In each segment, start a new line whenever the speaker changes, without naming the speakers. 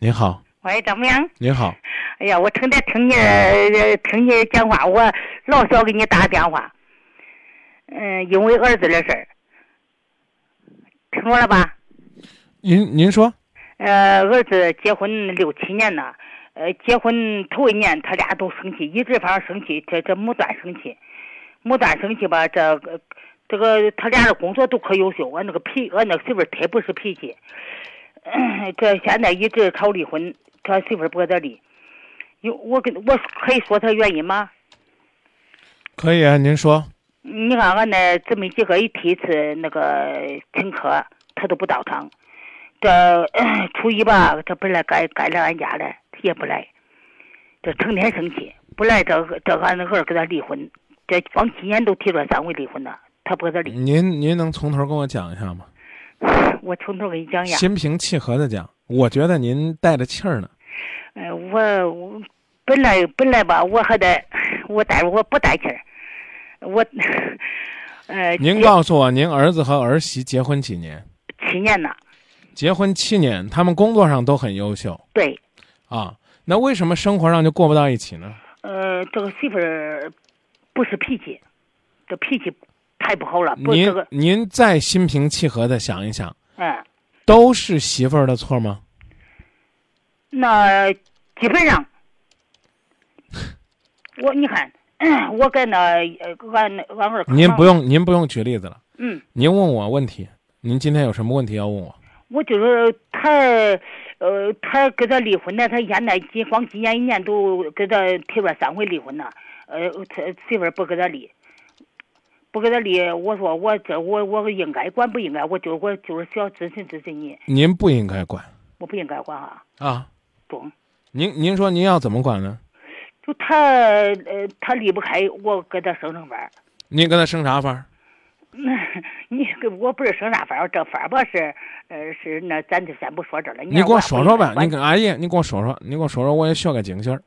您好，
喂，怎么样？
您好，
哎呀，我成天听你呃听你讲话，我老少给你打电话。嗯，因为儿子的事儿，听着了吧？
您您说，
呃，儿子结婚六七年了，呃，结婚头一年他俩都生气，一直反正生气，这这没断生气，没断生气吧，这个这个他俩的工作都可优秀，俺那个脾，俺那个媳妇儿忒不是脾气，这现在一直吵离婚，他媳妇儿不给他离，有我跟我可以说他原因吗？
可以啊，您说，
你看俺那姊妹几个一提一次那个请客，他都不到场。这、 呃初一吧，他本来该该来俺家来，也不来，这成天生气，不来这这俺那儿跟他离婚，这光今年都提了三回离婚了，他不跟他离。
您您能从头跟我讲一下吗？
我从头给你讲呀，
心平气和的讲，我觉得您带着气儿呢。
呃，我我本来本来吧，我还得我带我不带气儿，我 呃，
您
结
告诉我，您儿子和儿媳结婚几年？
七年了，
结婚七年，他们工作上都很优秀
对，
啊，那为什么生活上就过不到一起呢？
呃，这个媳妇儿不是脾气，这脾气太不好了。不，
您
这个，
您再心平气和的想一想，
嗯，
都是媳妇儿的错吗？
那基本上，我你看， 我跟那呃俺那俺二哥，
您不，用您不用举例子了，
嗯，
您问我问题，您今天有什么问题要问我？
我就是他，呃，他跟他离婚呢，他现在今光今年一年都跟他提了三回离婚了，呃，他媳妇儿不跟他离。不跟他离，我说我这我我应该管不应该？我就我就是想咨询咨询你，
您不应该管
我不应该管啊。
啊，
中，
您您说您要怎么管呢？
就他呃，他离不开我给他生成法儿。
您跟他生啥法儿？
你给我不是生啥法儿，这法儿吧是，呃是那咱就先不说这了。
你给我说说呗，你
给
跟阿姨，你给我说说，你给我说说，我也学个精心儿。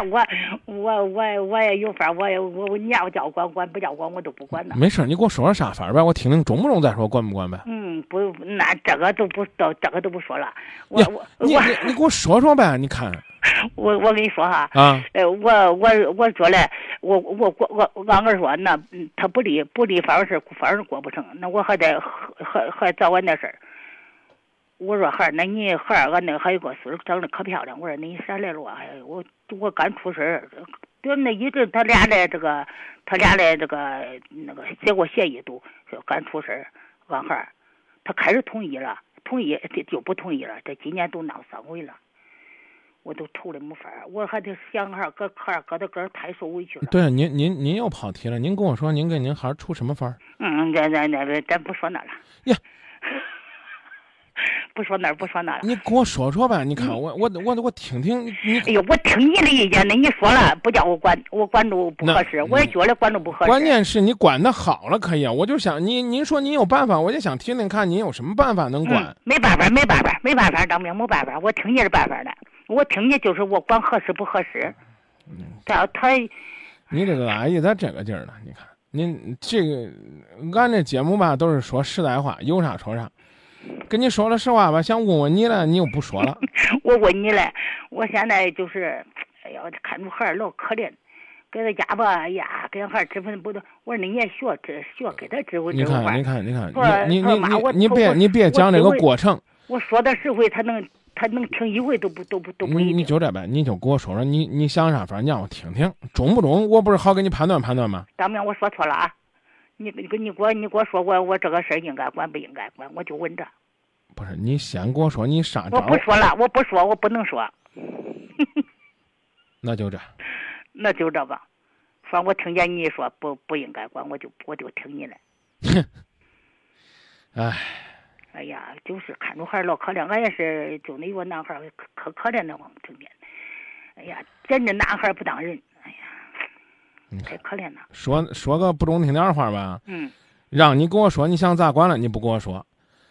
我我我我也有法儿，我也我我你要叫我管管，不叫我管我都不管呢。
没事儿，你给我说说啥法儿呗，我听听中不中再说，管不管呗。
嗯，不，那这个都不到，这个都不说了。我
呀
我，
你
我
你你给我说说呗，你看
我我跟你说哈，
啊，
呃，我我我说嘞，我我我我我俺儿说那嗯他不离不离，反正是反正过不成，那我还得还还还早晚的事儿。我说孩儿，那你孩儿，俺那还有个孙儿长得可漂亮。我说你啥来路啊？哎我我刚出事儿，就那一阵他俩的这个，他俩的这个那个写过协议都说刚出事儿，俺孩儿，他开始同意了，同意就就不同意了，这今年都闹三回了。我都愁的没法儿，我还得想孩儿，搁孩儿搁他搁太受委屈了。
对，啊您您您又跑题了，您跟我说您跟您孩儿出什么法儿？
嗯，咱咱咱咱不说那了。
呀，
不说那儿，不说那了。
你给我说说呗，你看我我我我听听你你
哎呦，我听你的意见呢，你说了不叫我管，我管住不合适，
那嗯
我也觉得管住不合适。嗯
关键是你管的好了可以，啊我就想您您说您有办法，我就想听听看您有什么办法能管。
嗯，没办法，没办法，没办法，张明没办法，我听你的办法了，我听你就是我管合适不合适。
嗯
他他
你这个阿姨咋这个劲儿呢？你看您这个，俺这节目吧都是说实在话，有啥说啥。跟你说了实话吧，想问问你了，你又不说 了。
我问你嘞，我现在就是，哎呀，看着孩儿老可怜，给他家吧，哎呀，给孩儿支分不多。我说你也学这学，给他支付
你
支付
看，
法
你。看，你
说
看，你你
说
你
妈
你
我
你别
我
你别讲这个
我
过程，
我说他十回，他能他能听一回都不都不都不
你
一
你
定。
就这呗，你就给我说说你你想啥法儿，你让我听听中不中，我不是好给你判断判断吗？
张明，我说错了啊，你你你给我你给我说我我这个事儿应该管不应该管，我就问这。
不是，你先给我说你啥
我
招
不
儿，
说了，我不说，我不能说，
那就这。
那就这吧。反正我听见你一说不不应该管，我就我就听你了。
哎，
哎呀，就是看着孩儿老可怜，俺也是就那个男孩儿可可可怜的慌，成天。哎呀，真的男孩儿不当人，哎呀，太可怜了。
说说个不中听点儿话吧。
嗯，
让你跟我说你想咋管了，你不跟我说，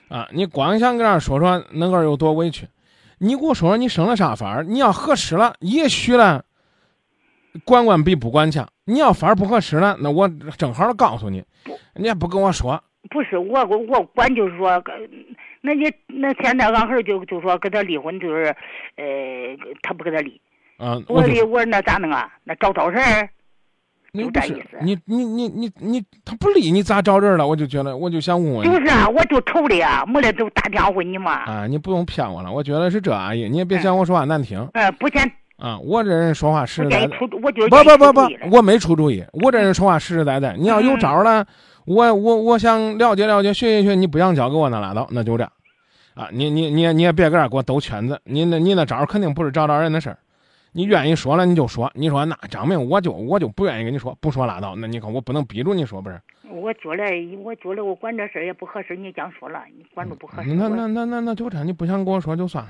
啊，你光想跟那儿说说恁儿有多委屈，你给我说说你生了啥法儿？你要合适了，也许了，管管比不管强。你要法儿不合适了，那我正好告诉你，你也不跟我说，啊
不是我我我管就是说，呃那就那前天俺儿就就说跟他离婚，就是，呃，他不跟他离。
啊，
哦我
我
离，
就
我说那咋弄啊？那找找事儿？
那
有
不
点
是
意思
你你你你你他不理你咋招这儿了？我就觉得我就想问问你
就是啊，我就愁的啊，没来都打电话问你嘛。
啊，你不用骗我了，我觉得是这阿姨，你也别嫌我说话难听
嗯，不见
啊，我这人说话
不
实实在
见
在。
出，我就
不不不
出主意嗯了
不，我没出主意，我这人说话实实在在。你要有招儿了，我我我想了解了解，学一学。你不想教给我那拉倒，那就这样。啊，你你你也你也别搁这儿给我兜圈子，你那你那招儿肯定不是找找人的事儿。你愿意说了你就说，你说那张明我就我就不愿意跟你说，不说拉倒。那你看我不能逼着你说不是？
我觉得，我觉得我管这事儿也不合适。你讲说了，你管着不合适。
那
我
那那那那就这样，你不想跟我说就算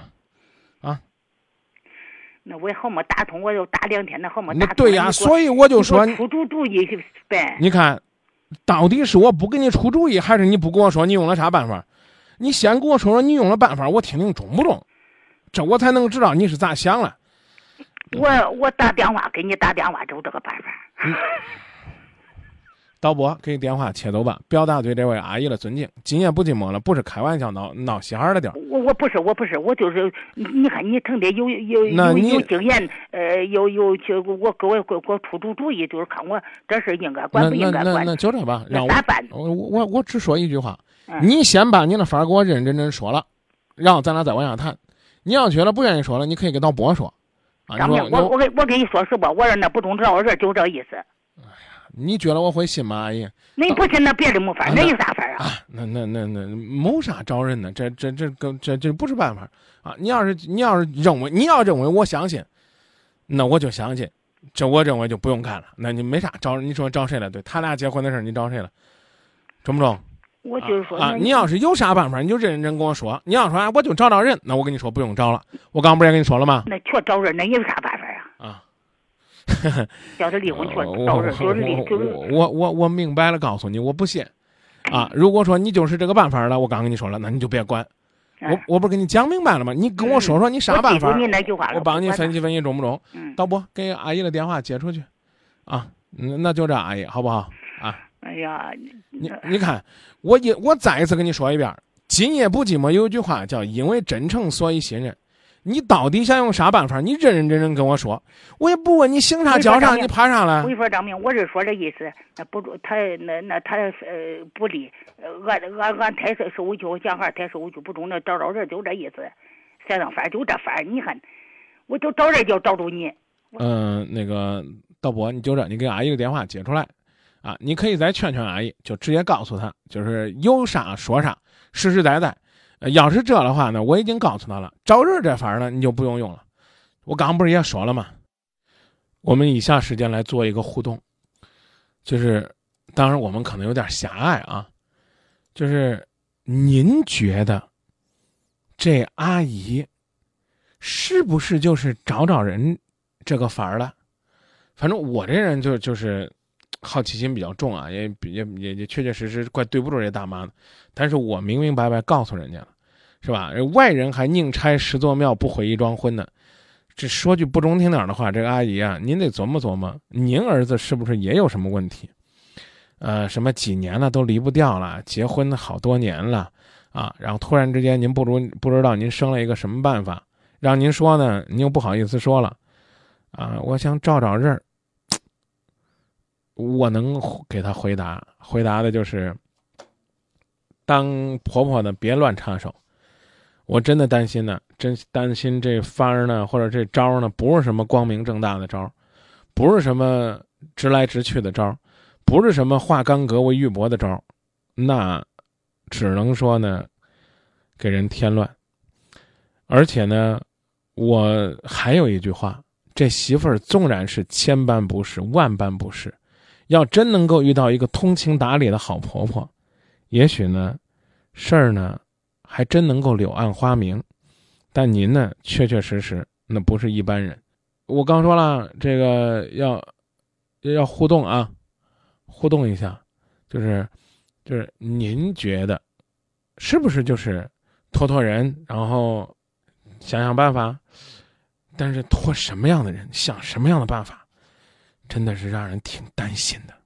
了。
那我也好没打通，我又打两天，那好没
那
打通。
对呀，
你给我
所以我就
你给我
说，
出主主意去呗。
你看，到底是我不给你出主意，还是你不跟我说你用了啥办法？你先跟我说说你用了办法，我听听中不中，这我才能知道你是咋想了。
我我打电话给你打电话，就这个办法。
导播，给电话切走吧，表达对这位阿姨的尊敬。今夜不寂寞了，不是开玩笑闹闹嘻哈的地儿。
我我不是我不是我就是，你你看你成天有有
那
有
你
有经验，呃，有有就我给我给我给我出出主意，就是看我这事儿应该管
那那
不应该
那
管，
那就这吧，让
那
我
咋办？
我我我只说一句话，
嗯
你先把你的法儿给我认认真真说了，然后咱俩再往下谈。你要觉得不愿意说了，你可以给导播说。啊，
张
你
明
说，我
我我跟我跟你说实话，我说那不中这回事儿就这意思。
你觉得我会信吗，阿姨？
那不是那别的没法
啊
儿，那有啥法儿啊？
啊，那那那那谋啥招人呢？这这这个这这不是办法啊！你要是你要是认为你要认为我相信，那我就相信，这我认为就不用干了。那你没啥招人，你说招谁了？对他俩结婚的事儿，你招谁了？中不中？
我就是说
啊
那，
你要是有啥办法，你就认认真跟我说。你要说啊，我就找找人，那我跟你说不用找了。我刚不是也跟你说了吗？
那确找人，那有啥办法啊？
啊，
叫他离婚去
哦我呃我
找人，就是离就是
我我我我明白了，告诉你，我不信。啊，如果说你就是这个办法了，我刚跟你说了，那你就别管。
嗯
我我不是跟你讲明白了吗？你跟我说说你啥办
我
法
记住，你那句话了，
我帮你
不管
分析分析中不中。
他嗯，
导播给阿姨的电话接出去，啊，嗯那就这阿姨好不好？啊，
哎呀，
你
嗯
你看，我也我再一次跟你说一遍，今夜不寂寞有一句话叫“因为真诚所以信任”，你到底想用啥办法？你认认真真跟我说，我也不问你姓啥叫啥，你怕啥
我
了
跟？你说，张明，我是说这意思，那不中他那那他呃不离，呃俺俺俺太受受委屈，我想孩太受委屈，不中那找找人就这意思，想想法儿就这法儿，你看，我就找人就找着你，
嗯，那个道博，你就这，你给阿姨的电话接出来，啊，你可以再劝劝阿姨，就直接告诉她，就是有啥说啥，实实在在。呃要是这的话呢，我已经告诉她了，找人这法儿呢，你就不用用了。我刚不是也说了吗？我们以下时间来做一个互动，就是，当然我们可能有点狭隘啊，就是您觉得这阿姨是不是就是找找人这个法儿了。反正我这人就就是好奇心比较重啊，也比也也也确确实实怪对不住这大妈的。但是我明明白白告诉人家了，是吧？外人还宁拆十座庙，不毁一桩婚呢。这说句不中听点儿的话，这个阿姨啊，您得琢磨琢磨，您儿子是不是也有什么问题？呃，什么几年了都离不掉了，结婚好多年了啊，然后突然之间您不如不知道您生了一个什么办法，让您说呢，您又不好意思说了。啊，我想找找人儿，我能回给他回答，回答的就是，当婆婆的别乱插手，我真的担心呢，真担心这法儿呢，或者这招儿呢，不是什么光明正大的招儿，不是什么直来直去的招儿，不是什么化干戈为玉帛的招儿，那只能说呢，给人添乱，而且呢，我还有一句话。这媳妇儿纵然是千般不是，万般不是，要真能够遇到一个通情达理的好婆婆，也许呢，事儿呢，还真能够柳暗花明。但您呢，确确实实那不是一般人。我刚说了，这个要要互动啊，互动一下，就是就是您觉得是不是就是托托人，然后想想办法，但是托什么样的人，想什么样的办法，真的是让人挺担心的。